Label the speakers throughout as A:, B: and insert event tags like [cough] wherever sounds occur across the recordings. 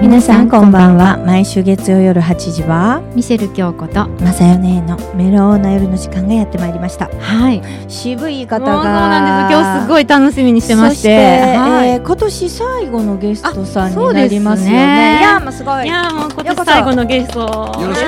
A: 皆さんこんばんは毎週月曜夜8時は
B: ミシェル京子と
A: まさよねのメローな夜の時間がやってまいりました
B: はい
A: 渋い方
B: も
A: が
B: うそうなんです今日す
A: い
B: ごい楽しみにしてましてはい
A: えー今年最後のゲストさんに
B: あ
A: なりますよね
B: そうですね
A: いやーもうすごい
B: いやーも
A: よう
B: う今
A: こそ
B: 年最後のゲストよろしく
C: よろしくお願いします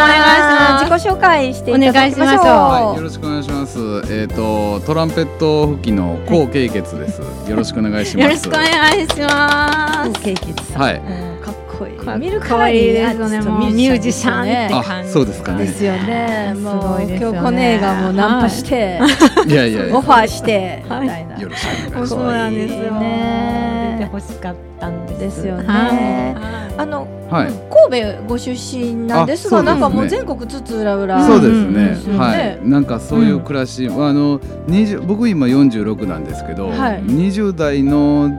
B: はいよろしくお願いしま
A: 自己
B: す
A: 紹介していただきましょう
B: お
C: はい、よろしくお願いします。えっ、とトランペット吹きの高慶月です、よろしくお願いします。
B: よろしくお願いします
A: ケーキさん
C: はい
A: うんかっこいい
B: かっこいい
A: 見るからに
B: ですよね
A: アーティスト
B: もうミュージシャンって
A: ね
B: 感
C: あ、
B: じ
C: そうですか
A: で
C: ね。
A: すよね
B: す
A: も
B: ご
A: う
B: いですよ
A: 今
B: ね
A: 日コネがもうナンパして
C: いやいやいや。
A: オファーしてみ
B: はい
A: たいな
C: よろしくお願
B: も
C: いうし
B: そう
C: ま
B: なんですよ
A: ね
B: 出てほしかったんです
A: ですよね
B: はい
A: あの
C: す。はい。
A: 神戸ご出身なんですが、
C: あそうですね
A: なんかもう全国津々浦
B: あ
A: 々。
C: そうで
B: うんうん
C: す
A: うん
C: ね。はい。なんかそういう暮らし、あの二十僕今46なんですけど、
A: はい
C: 二十代の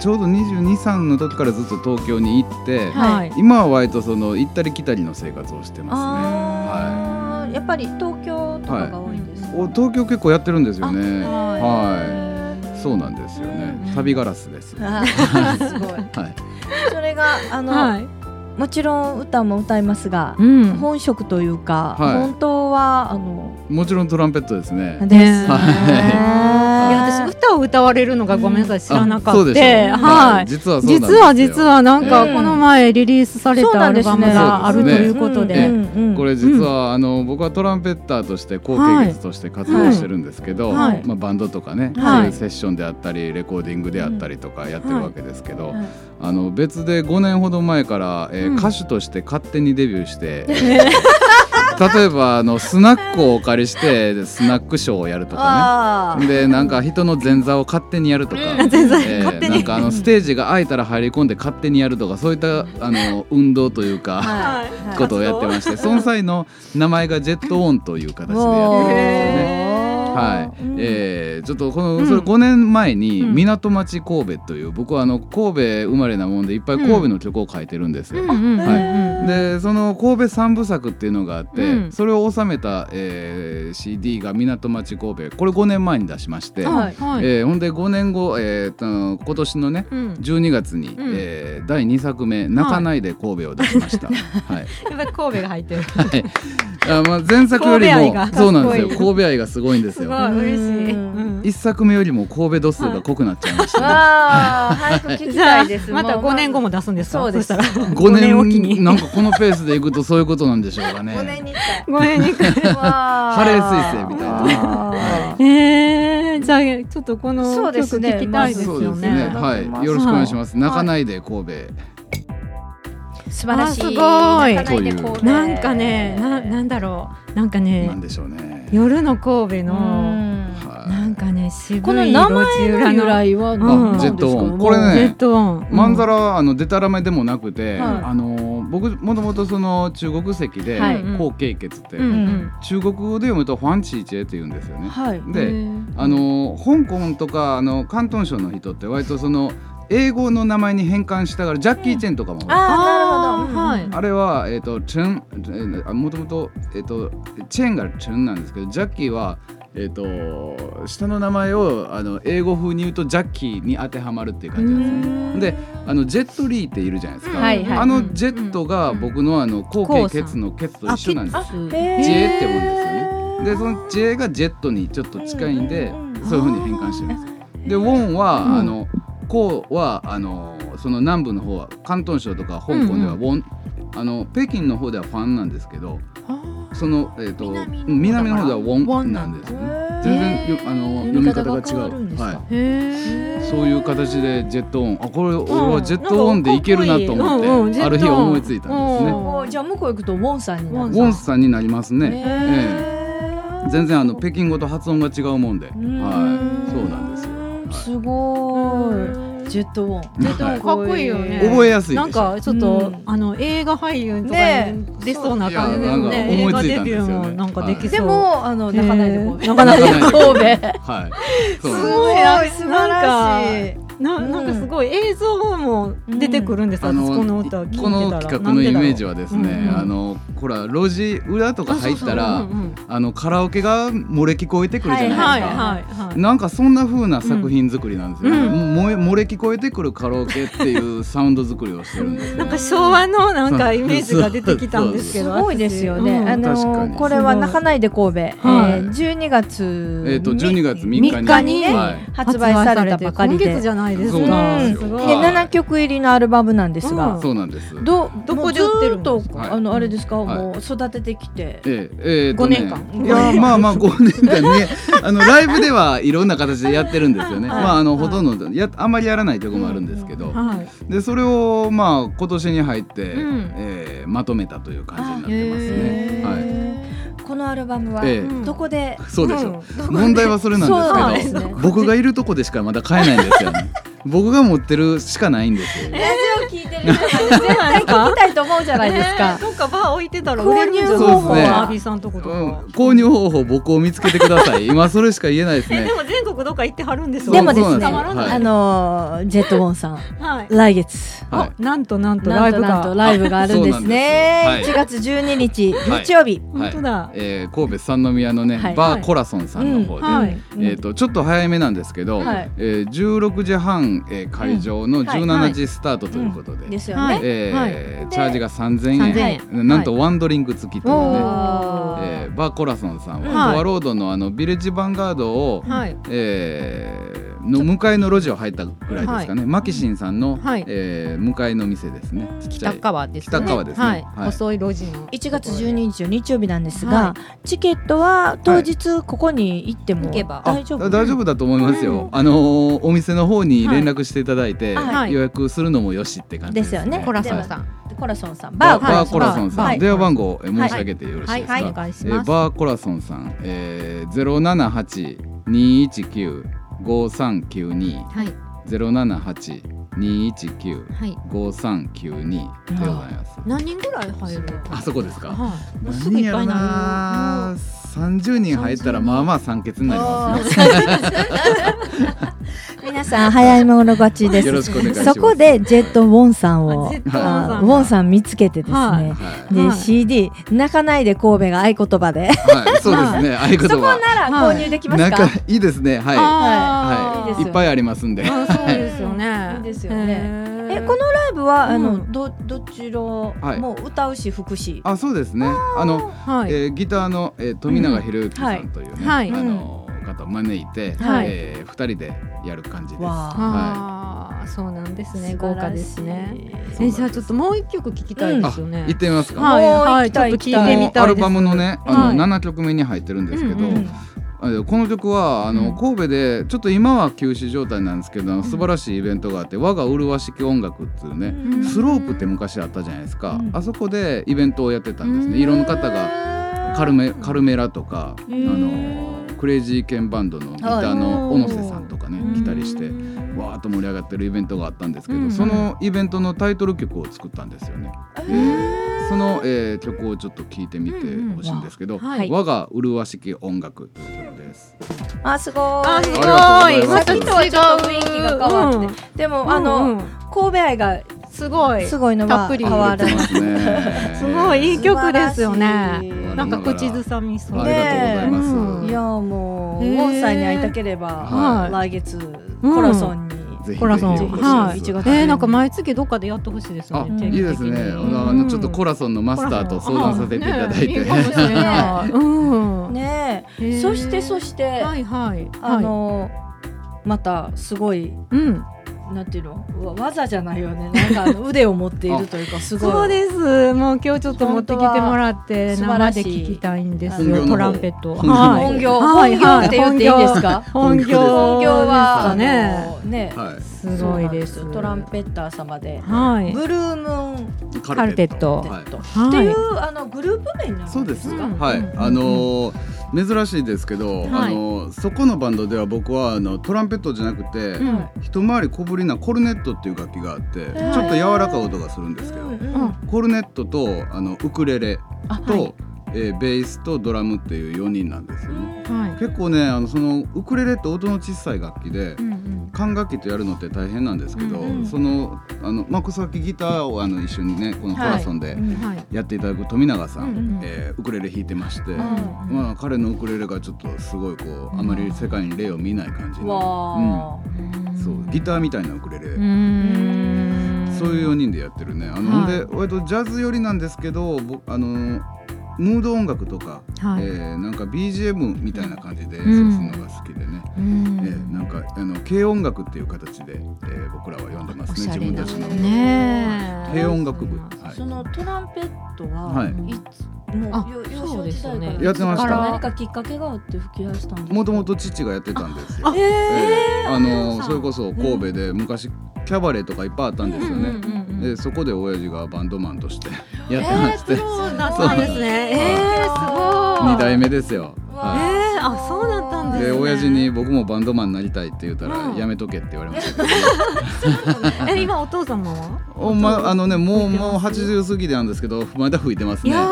C: ちょうど22、3の時からずっと東京に行って、
B: はい
C: 今は割とその行ったり来たりの生活をしてま
A: あ
C: すね。
A: ーやっぱり東京とかが多いんですね。
C: お東京結構やってるんですよね。
A: はい
C: そうなんですよね。旅ガラスです。は
A: あーすごい。
C: い。
A: それがあの、
B: はい
A: もちろん歌も歌いますが、
B: うん
A: 本職というか、
C: はい
A: 本当はあの
C: もちろんトランペットですね。
A: ですね。
B: いや私歌を歌われるのがごめんなさい知らなかった
C: あそうでしょ
B: はい
C: 実はそうなんです
B: 実
C: よ
B: は実はなんか
A: ええ
B: この前リリースされ
A: そう
B: た
A: な
B: ア
A: んで
B: ル
A: すね
B: バムがある
C: そう
B: と
C: ですね
B: いうこと
C: ええ
B: で。
C: これ実は、あの僕はトランペッターとして後継月として活動してるんですけど、
B: はいはい
C: まあ、バンドとかね、
B: はい
C: そういうセッションであったりレコーディングであったりとかやってるわけですけど、
A: はい
C: あの別で5年ほど前から、えー
B: うん
C: 歌手として勝手にデビュ
B: [laughs]
C: ーして。例えばあのスナックをお借りしてスナックショーをやるとか
A: あ
C: ねでなんか人の前座を勝手にやるとか、
B: 全然
C: [laughs] え
B: [laughs]
C: ー
B: 勝手
C: なん
B: に。
C: かあのステージが空いたら入り込んで勝手にやるとかそういったあの運動という
A: あ、
C: か
A: は
B: はいい
A: はい
C: ことをやってましてその際の名前がジェットオンという形でやっ
B: [laughs]
C: てるんですよ
A: お
C: ね。
A: ー
C: はい
A: うん
C: えーちょっとこ
B: う
C: の
B: ん
C: それ5年前に
B: うん
C: 港町神戸という僕はあの神戸生まれなもんでいっぱい神戸の曲を書いてるんですよ。はい
A: うん
C: でその神戸三部作っていうのがあって、
B: うん
C: それを収めた、えー CD が港町神戸これ5年前に出しまして、
B: はいはい。
C: えーほんで5年後、えーと今年のね
B: うん
C: 12月に、
B: うん
C: えー第2作目「泣かないで神戸」を出しました。はい、
B: やっぱり神戸が入ってる。
C: あまあ前作より
B: 神戸愛
C: も
B: が
C: そうなんですよ。
B: かっこいい
C: 神戸愛がすごいんです
B: す
C: よ。
B: ごい嬉しい。
A: う
B: うんん
C: 一作目よりも神戸度数が濃くなっちゃいました、ね。
A: ああ、早く聞き
B: じ
A: た
B: ゃあ
A: いです。
B: [laughs] また
A: もう
B: 5年後も出すんですか。
A: そうです
B: したら
C: [laughs] 5
B: 五年おき
C: 年
B: に
C: なんかこのペースでいくとそういうことなんでしょう
A: 五
C: か
A: 年
C: ね。
A: に一回。
B: 5年に。
A: ハ
C: レー彗星みたいなね
B: [laughs] ええじゃあちょっとこの
A: そう
B: 曲
A: ですね
B: 聞きたいです
C: そう
B: よ
C: です
B: ね。
C: ね。
A: は
C: はいい、よろしくお願いします。泣かないで神戸。
A: 素晴らしい。
B: あすごい
A: 泣かなで
C: という
A: 神戸
B: なんかねななんだろうなんか
C: な
B: ね
C: んでしょうね。
B: 夜の神戸
A: う
B: の
A: ん
C: はい
B: なんかね渋い
A: この名前の由来は何なんですか
C: あジェットホンこれね
B: ジェット音
C: まんざらあのでたらめでもなく
A: は
C: て、
A: い
C: あの僕もともとその中国籍で
A: はい
C: 高慶血って、
B: うんうん
C: 中国語で読むとファンチーチェって言うんですよね。
A: はい。
C: で、あの香港とかあの広東省の人って割とその英語の名前に変換したからジャッキー・チェンとかも、あ
A: ああ、な
B: あー
A: るほど。
C: れは、えっとチェンえーあもともと、えっとチェンがチェンなんですけどジャッキーは、えっと下の名前をあの英語風に言うとジャッキーに当てはまるっていう感じなんですね。
A: うん
C: であのジェットリーっているじゃないですか、
A: はいはい
C: あのジェットが僕のあの後継血の血と一緒なんです
A: へ
C: よ。
A: ー
C: J ってもんですよね。でその J がジェットにちょっと近いんで、
A: うん
C: そういう風に変換してるんですでウォンは、
B: うん
C: あのこうはあのその南部の方は広東省とか香港ではウォン、あの北京の方ではファンなんですけどその、えー、と南
A: 南
C: の
A: の方
C: 方で
A: だ
C: は
A: か
C: ウ
A: ら
C: ォンなんですよね全然よあの
A: 読
C: 読
A: み
C: み
A: 方
C: 方
A: が
C: が違
A: 変わるんで
C: う
A: すか
C: はい
B: へえ
C: そういう形でジェットオンあこれ俺はジェットオンでいけるなと
B: う
C: 思って、
B: んなんかかっこいいうんうん
C: ある日思いついたんですね、
B: うん
A: おじゃあ向こう行くとウォンさんにな
B: ウ
A: る。
C: ウォンさんになりますね、
A: え
C: 全然あの北京語と発音が違うもんで、
A: うーん
C: はい、そうなんですよ。
A: すごーい。ジェットウォン。
C: ジェットウォンはい
B: かっこいいよね
C: 覚えやすいでしょ
B: なんかちょっと、
A: うん
B: あの映画俳優とか
A: ね
B: に出そうな感じで
C: そういや
B: ね映
C: なんか
B: 画
C: 思いつい
B: デ
C: たん
B: ビ
C: です
B: ュ
C: よね
B: ーもなんかできそう、
A: でもあの泣かないでこう。
B: 泣かないで
C: 泣
A: 神戸。
C: はい。そう
B: す
C: な
B: ご
C: んです
B: い
A: 素晴らしい。
B: ななんかすごい映像も出てくるんです、私この歌聞いてたら
C: この企画のイメージ
B: は
C: はですね、
B: うんうん
C: あのほら路地裏とか入ったらあ
B: はい
C: のカラオケが漏れ聞こえてくるじゃないですか、
B: はいはい
C: なんかそんな風な作品作りなんですよ、
B: うん
C: もう漏れ聞こえてくるカラオケっていうサウンド作りをしてるん
B: [laughs]
C: ですよ
B: なんか昭和のなんかイメージが出てきたんですけ
A: す
B: ど
A: ごいですよね。
B: 私うん
A: あの
C: 確かに
A: ーこれは泣かないで神戸、
B: はい
A: えー12月
C: えっ、と12月3日に
A: 3日に
C: はい
A: 発売されたばかり
B: 今
A: で
B: 月じゃないですか
C: そうなんですよ
B: ごい
C: ゃ
A: で
C: はい
A: 7曲入りのアルバムなんですが、
B: うん
C: そうなんです
A: ど
B: どこで売ってるん
A: も
B: で
A: うず
B: す
A: っ
B: か
A: と
C: はい
A: あのあれですか、
C: はい
A: もう育ててきて、
C: えええーとね
A: 五年間
C: いやまあまあ5年間ねあのライブではいろんな形でやってるんですよね、
A: はい
C: まああの
B: はい
C: ほとんどやあんまりやらない曲もあるんですけど、
B: はい
C: でそれをまあ今年に入って、
B: うん
C: えーまとめたという感じになってますね。
B: へー
C: はい
A: このアルバムは
C: え
B: え
A: どこで、
C: そうでしょ、
B: うん
C: 問題はそれなんですけ
A: そう
C: ど
A: なんですね
C: 僕がいるとこでしかまだ買えないんです
A: [laughs]
C: よね僕が持ってるしかないんですよ
A: ラジオ聞いてる人が絶対聞きたいと思うじゃないですか。
B: どっかバー置いてたら売れるんじゃない
C: 購入方法は
B: ですかアービーさんとことか、
C: うん、購入方法僕を見つけてください今それしか言えないです
B: え
C: ね
B: でも全国どっか行ってはるんですよ
A: でもですね、
C: そうなんですよはい
A: あのージェットボーンさん、
B: はい
A: 来月。
C: は
B: あなんとなんと
A: な
B: ラ
A: ん
B: イ
A: と
B: ブ
A: なんと
B: が
A: ライブがあるんですね。
C: あそうなんです
A: 1
C: よは
A: 月12日、
C: はい
A: 日曜日。
C: い
B: 本当だ
C: えー神戸三宮のね、
A: はい
C: バーコラソンさんの方で、
B: はい
C: えー、とちょっと早めなんですけど、
A: はい
C: えー、16時半、えー、会場の
A: んはい
C: 17時スタートということで、
A: ですよね。
C: えー
B: はい
C: チャージが3000円
B: 3000
C: なんとワンドリンク付きという
B: お
C: ね、
B: ー
A: おー
C: えーバーコラソンさんは、
B: はい
C: ドアロードのあのビレッジヴァンガードを、
B: はい
C: えーの向かいの路地を入ったぐらいですかね、マキシンさんの、
B: はい
C: えー向かいの店ですねちっちゃい
B: 北川ですね
C: 北川ですね
B: はい
C: はい
B: 細い路地の
A: 1月12日の日曜日なんですが、
B: は
A: チケットは当日ここに行っても
B: 行けば
A: 大丈夫、
C: あ大丈夫だと思いますよ、
A: うん
C: あのーお店の方に連絡していただいて、
A: はい
C: 予約するのもよしって感じです,、
A: ですよね
B: コラ
A: ソ
B: ソ
A: ン
B: ンさん
A: コラソンさん
C: バ
A: バ
C: ー
A: ー
C: バーコラソンさん、
A: はい
C: 電話番号をえ申し上げてよろしいですか、
B: はいはいお願いし
C: え
B: ます
C: ーバーコラソンさん、えー、078-219-5392
B: はい
C: 078-219-5392
B: はい
C: でございます。
B: 何人ぐらい入る
C: あそこですか
B: はいもうすぐ
C: 何
B: いっ
C: や
B: ぱいに
C: ろ
B: な
C: な。三十人入ったらまあまあ酸欠になりま
A: [laughs] 皆さん早い者勝ち
C: すね。
A: で
C: よろ
A: す
C: しくお願いします。
A: そこでジェットウォンさんを、
B: あジェット
C: ウォンさん
A: あウォンさん見つけてですね、
B: はい
C: はい
A: で、
B: はい
A: CD「泣かないで神戸」が合言葉で
C: はいそうですね合言
A: そこな
C: 葉。
A: ら購入できます
C: なん
A: か、
C: かいいですねはい
A: は
B: あー
A: いいいです
C: い
A: よ
C: っぱいありますんで。
B: あそうですよね
A: いいですよね
B: ね
A: えこのライブは、あ
B: う
A: の
B: ん
A: どどちら
C: い
A: もう歌うし吹くし、
C: あそうですね。あの
B: はい
C: えーギターのえー富永博之さんというね
B: うんはい
C: あの方を招いて
A: はい
C: えー二人でやる感じです。
A: わ
C: は
B: ああそうなんです
A: 素
B: ね
A: 晴
B: 豪華
A: らしい
B: ですね
C: い。そうなん
B: え
C: です
B: じゃあちょっともう一曲聞きたいですよね
C: 行ってみますか。
B: はいは
A: もう行き
B: いちょっと聞い
A: た
B: て
A: い
B: み
A: 行
B: たい
A: き
B: です
C: アルバムのね、あの
B: はい
C: 七曲目に入ってるんですけど、
B: うんうん
C: あのこの曲はあの、
B: うん
C: 神戸でちょっと今は休止状態なんですけど、あの素晴らしいイベントがあって「我が麗しき音楽」っていうね、
B: うん
C: スロープって昔あったじゃないですか、
A: うん
C: あそこでイベントをやってたんですね、
B: うん
C: いろんな方が
A: が
C: カルメカルメラとか、
A: うん
C: あのクレイジーケンバンドのギターの小野瀬さんとかね、来たりして。わーっと盛り上がってるイベントがあったんですけど、
B: うん
C: そのイベントのタイトル曲を作ったんですよね。その、えー曲をちょっと聴いてみてほしいんですけ
B: う
C: ど、
B: んうんはい
C: 我が麗しき音楽という曲です。
A: あすご
B: あ
A: い
B: すご
C: あり
B: い。
C: が
A: とうございますさっきとはちょっと雰囲気が変わって
B: うん
A: でもあの、
B: うんうん
A: 神戸愛が
B: すごい。
A: すごいの
B: た
A: は
B: っぷり
A: 変わら
C: あ
A: な
C: りが
A: い
C: とうございます
B: すごいいい曲ですよね。
C: 晴らしい
B: なんか口ずさみそう。
C: ありがとうございます。
B: うん
A: いやもう
B: へー
A: ウォンさんに会いたければ
C: は
A: 来月コラソンに、
C: ぜひ
B: コラソン
C: ぜひお越しく
B: はい
C: ださい
B: えー、なんか毎月どっかでやってほしいですよ
C: あ、
B: ね。
C: いいですね。あ
A: うん
C: のあのちょっとコラソンのマスターと相談させていただいて、
B: かもしれない。うん。
A: ね
B: へ
A: え
B: ー
A: そしてそして、
B: はいはい。
A: あ、のまたすごい
B: はい、うん。
A: なんていうのわ技じゃないよねなんかあ
B: [laughs]
A: の腕を持っているというかすごい
B: そうです。もう今日ちょっと持ってきてもらって
A: 本当は
B: 生で聞きたいんです
C: 素晴らし
B: よ。
C: い
B: トランペット。
C: 本業の
B: はい
A: 本業、本
B: はい
A: 業って言っていいですか
B: 本業
A: 本業は
B: ですかね。
A: あのね
C: はい
B: すごいで
A: そ
B: す
A: うなん。よトランペッター様で、
B: はい。
A: ブルームーン
B: カルテット
A: テ
C: はい
A: ッド、
B: はい
A: っていうあのグループ名になる
C: そうです。
B: うん
C: はい、
B: うん
C: あのー珍しいですけど、
B: はい
C: あのーそこのバンドでは僕はあのトランペットじゃなくて、
B: うん
C: 一回り小ぶりなコルネットっていう楽器があって、
A: ー
C: ちょっと柔らかい音がするんで
A: です
C: けど、
A: うん
B: う
A: うんん
C: コルネットとあのウクレレ
A: あ
C: と、
A: はい
C: えーベースとドラムっていう4人なんですよね。
B: はい。
C: 結構ねあのそのウクレレって音の小さい楽器で、
B: うんうん
C: 管楽器とやるのって大変なんですけど、
B: うん
A: うん
C: そのあの、まあ、草木ギターをあの一緒にねこのコラソンで
A: うん
B: はい。
C: やっていただく富永さん、
B: うんうん
C: えーウクレレ弾いてまして、
A: ん
C: まあ、彼のウクレレがちょっとすごいこうあまり世界に例を見ない感じの、
A: わ
C: うんそうギターみたいなウクレレ、
B: うーん
C: そういう4人でやってるねあの、
B: はい
C: で割とジャズ寄りなんですけどぼあのムード音楽とか、
B: はい
C: えーなんか BGM みたいな感じで演奏
B: うん
C: するのが好きでね、
B: う
C: え
B: ん
C: ーなんかあの軽音楽っていう形で、えー僕らは呼んでます
B: お
C: ね
B: しゃ
C: 自
B: れ
C: 分た
B: な
C: ちの。
B: ね
C: 軽音楽部、
A: あ
C: はい
A: そのトランペットは、
C: はいい、
A: つも
B: あ
A: うよ幼
B: そう
A: 少
B: で
A: 時
B: すよ
A: 代か
B: ね
A: ら
C: やってました
A: 何かきっかけがあって吹き出したんですか
C: もともと父がやってたんですよ。
A: ええ
C: えーあのそれこそ神戸で昔キャバレーとかいっぱいあったんですよね。
B: うんうんうんうん
C: でそこで親父がバンドマンとして
B: [laughs]
A: ー
C: やってまして、
A: えーそうだ
C: そうなんです
B: ねえーすごい
C: 二代目ですよ。
B: え
C: は
B: ーあそうだったん
C: い、
B: す
C: で
B: ね
C: 親父に僕もバンドマンになりたいって言った
B: う
C: ら
B: ん
C: やめとけって言われ
B: [laughs]
C: ましたけど。
B: え今お父様は
C: おまあのねもう
B: 吹いてます
C: もう八十過ぎなんですけどまだ吹いてますね。
B: わ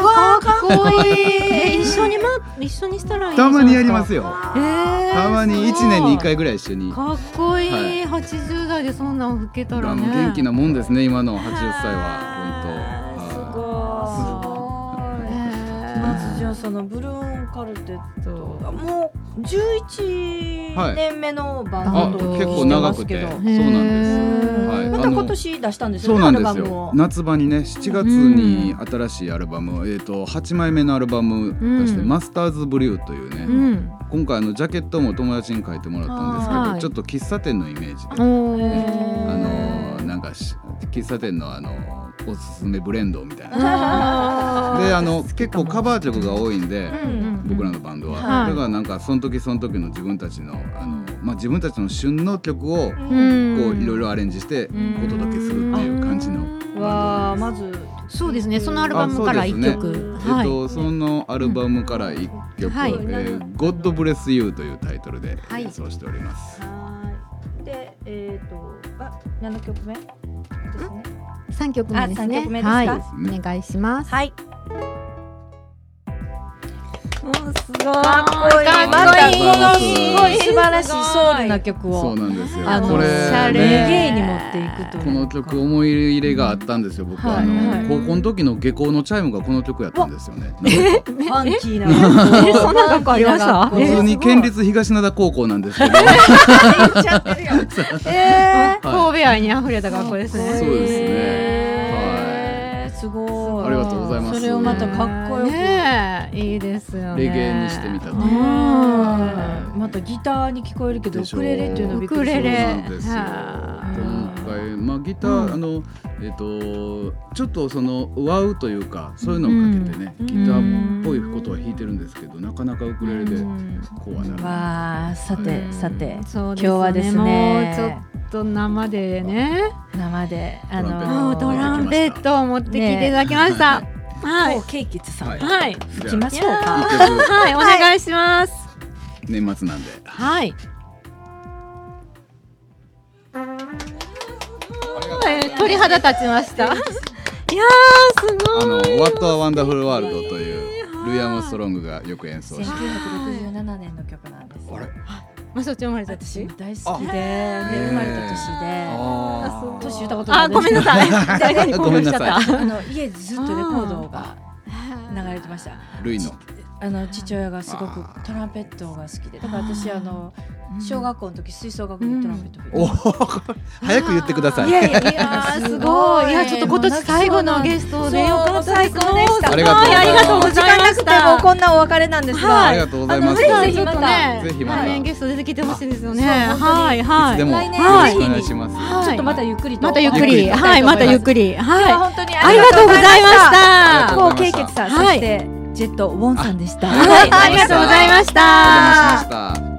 B: ーかっこいい一緒にま一緒にしたらいいじゃ
C: た
B: ん
C: まにやりますよ。
B: えー
C: たまに一年に一回ぐらい一緒に
B: す。ごいかっこ
C: はい
B: いい八十代でそんなん吹けたら
C: あ
B: ね
C: の元気なもんですね今の八十歳は本当。はい
A: ごいまずじゃあそのブルーンカルテットがもう11年目のバ
C: あ、
A: ンドを
C: 結
A: し
C: 構
A: て
C: 長
A: ます
C: く
A: け
C: て、
A: ど
C: そうなんです。
B: す
C: はい
A: ま
C: あ
A: た
C: の
A: 今年出したんです
C: そ
A: よ
C: う
A: ね
C: な
A: ア
C: ん
A: ル
C: で
A: バ
C: す
A: ムを
C: よ。夏場にね、7月に新しいアルバム、えっ、と8枚目のアルバム出して、
B: うん
C: マスターズブリューというね、
B: うん
C: 今回あのジャケットも友達に書いてもらったんですけど、
B: はい
C: ちょっと喫茶店のイメージで、
B: おー
A: へ
C: あのーなんかし喫茶店のあのおすすめブレンドみたいな。
B: あー
C: で、あの結構カバー曲が多いんで。
A: うん
C: 僕らのバンドは、
A: はい
C: だからなんかその時その時の自分たちのあの、まあ、自分たちの旬の曲を
A: う
C: こ
A: ん
C: ういろいろ
B: あ
C: アレンジしてお届けするっていう感じの
A: わあまず
B: そうですねそのアルバ
C: あ
B: ム
C: そ
B: か
C: うで
B: ら
C: す
B: 一
C: ね
B: 曲
C: えっ
B: はい
C: と、そのアルバムから1曲「
B: はい
C: えー God Bless You」というタイトルで
B: はい
C: 演奏しております。
A: はいでえっ、とあ何の曲目ですね
B: 三曲目です
A: あ三曲目
B: ね
A: ですか
B: はい
A: そ
B: お
A: う
C: ですね
B: 願いします
A: はい
B: すごい
A: かっこいい
B: かっ
A: また
B: こいい
A: このすごい
B: すごい
A: 素晴らしいソウルな曲を
C: そうなんですよ
A: あの
C: こ
A: お
C: れ
A: しゃれ
B: ね
A: レゲエに持っていくというか
C: この曲思い入れがあったんですよ僕は、
A: はい
C: あの
A: はい
C: 高校の時の下校のチャイムがこの曲やったんですよね。なんか
A: ファンキーな
B: えそんな学校ありました
A: ファンキーな学校
C: 普通に県立東灘高校なんですけど、は
A: 言っちゃってるよえ
C: い
B: 神戸愛に溢れた学校です
A: かっこ
B: ね
A: いい
C: そうですね
A: えーすごい
C: ありがとうございます
A: それをまたかっこよく
B: ねえいいですよね
C: レゲエにしてみたと
B: うん
A: ねえまたギターに聞こえるけどウ
C: でしょ
A: クレレっていうのび
B: ウ
A: っく
B: ク
A: り
B: レレ
C: そうなんですよ
B: は
C: 今回まあギター、
B: うん
C: あのえっ、とちょっとそのワウというかそういうのをかけてね、
A: うん
C: ギターっぽいことは弾いてるんですけどなかなかウクレレでこうはならない。
A: わあさ
B: う
A: て
B: ん
A: さて
B: そ
A: 今
B: う
A: 日はです
B: もうちょ
A: ね
B: っと生でね
A: 生であ
B: も
A: の
B: うトランペットを持ってきていただきました、はい
A: ケイキッズさん
C: はい
B: はい
A: 吹きましょう
C: 一
A: か
C: 曲
B: はいお願いします
C: 年末なんで。
B: はいはい鳥肌立ち [laughs] ましたいやーす
C: あの
B: ごい
C: What a Wonderful World というルイ・アームストロングがよく演奏して。
A: 1967年の曲なんです
C: あれ。
B: まさち生まれた
A: 私
B: 私
A: 大好
C: あ
A: きでね生まれた年で
C: あ
A: 年言ったことない
B: あごめんな
A: です
B: さい誰に興奮しちゃっ
C: ごめんな
B: た
A: あの家でずっとレコードが流れてました
C: あ。ルイの。
A: あの父親がすごくトランペットが好きでだから私あの小学校の時吹奏楽部でトランペット吹いて
C: お
A: まし
C: ー早く言ってくだ
A: た
C: さ
A: いや
C: い。
A: いやい
B: あ
A: や
B: ーすごいいやちょっと今年最後のゲ
A: ス
B: スト
A: そう
B: でよかったです
A: 最高でした
B: も
C: ありがとうございます
B: はいありがとうご
A: 時
B: ざ
A: 間
B: いま
A: なく
B: し
A: て
B: た
A: もこんなお別れなんですが
C: ありがとうございます。
A: あのぜひ
B: ちょ
A: ぜ
B: っ
A: ま
B: とね
C: たぜひまた
B: 来年ゲスト出てきてほしいですよね
A: あそう
B: はいはい
C: いつでも
A: 来年
C: よろしくお
A: ぜ
C: 願い
A: ひ
C: します。
B: はい
A: ちょっとまたゆっくりと
B: またゆっく
C: ゆっく
B: り
C: り
B: はいまたゆっく
A: り
B: り
A: 今日は
B: は
A: 本当に
B: いありがとうございました
A: 高慶傑さんそ
B: はい
A: してジェットウォンさんでした
C: ありがとうございました
A: ありがとうございました
C: お邪魔しました。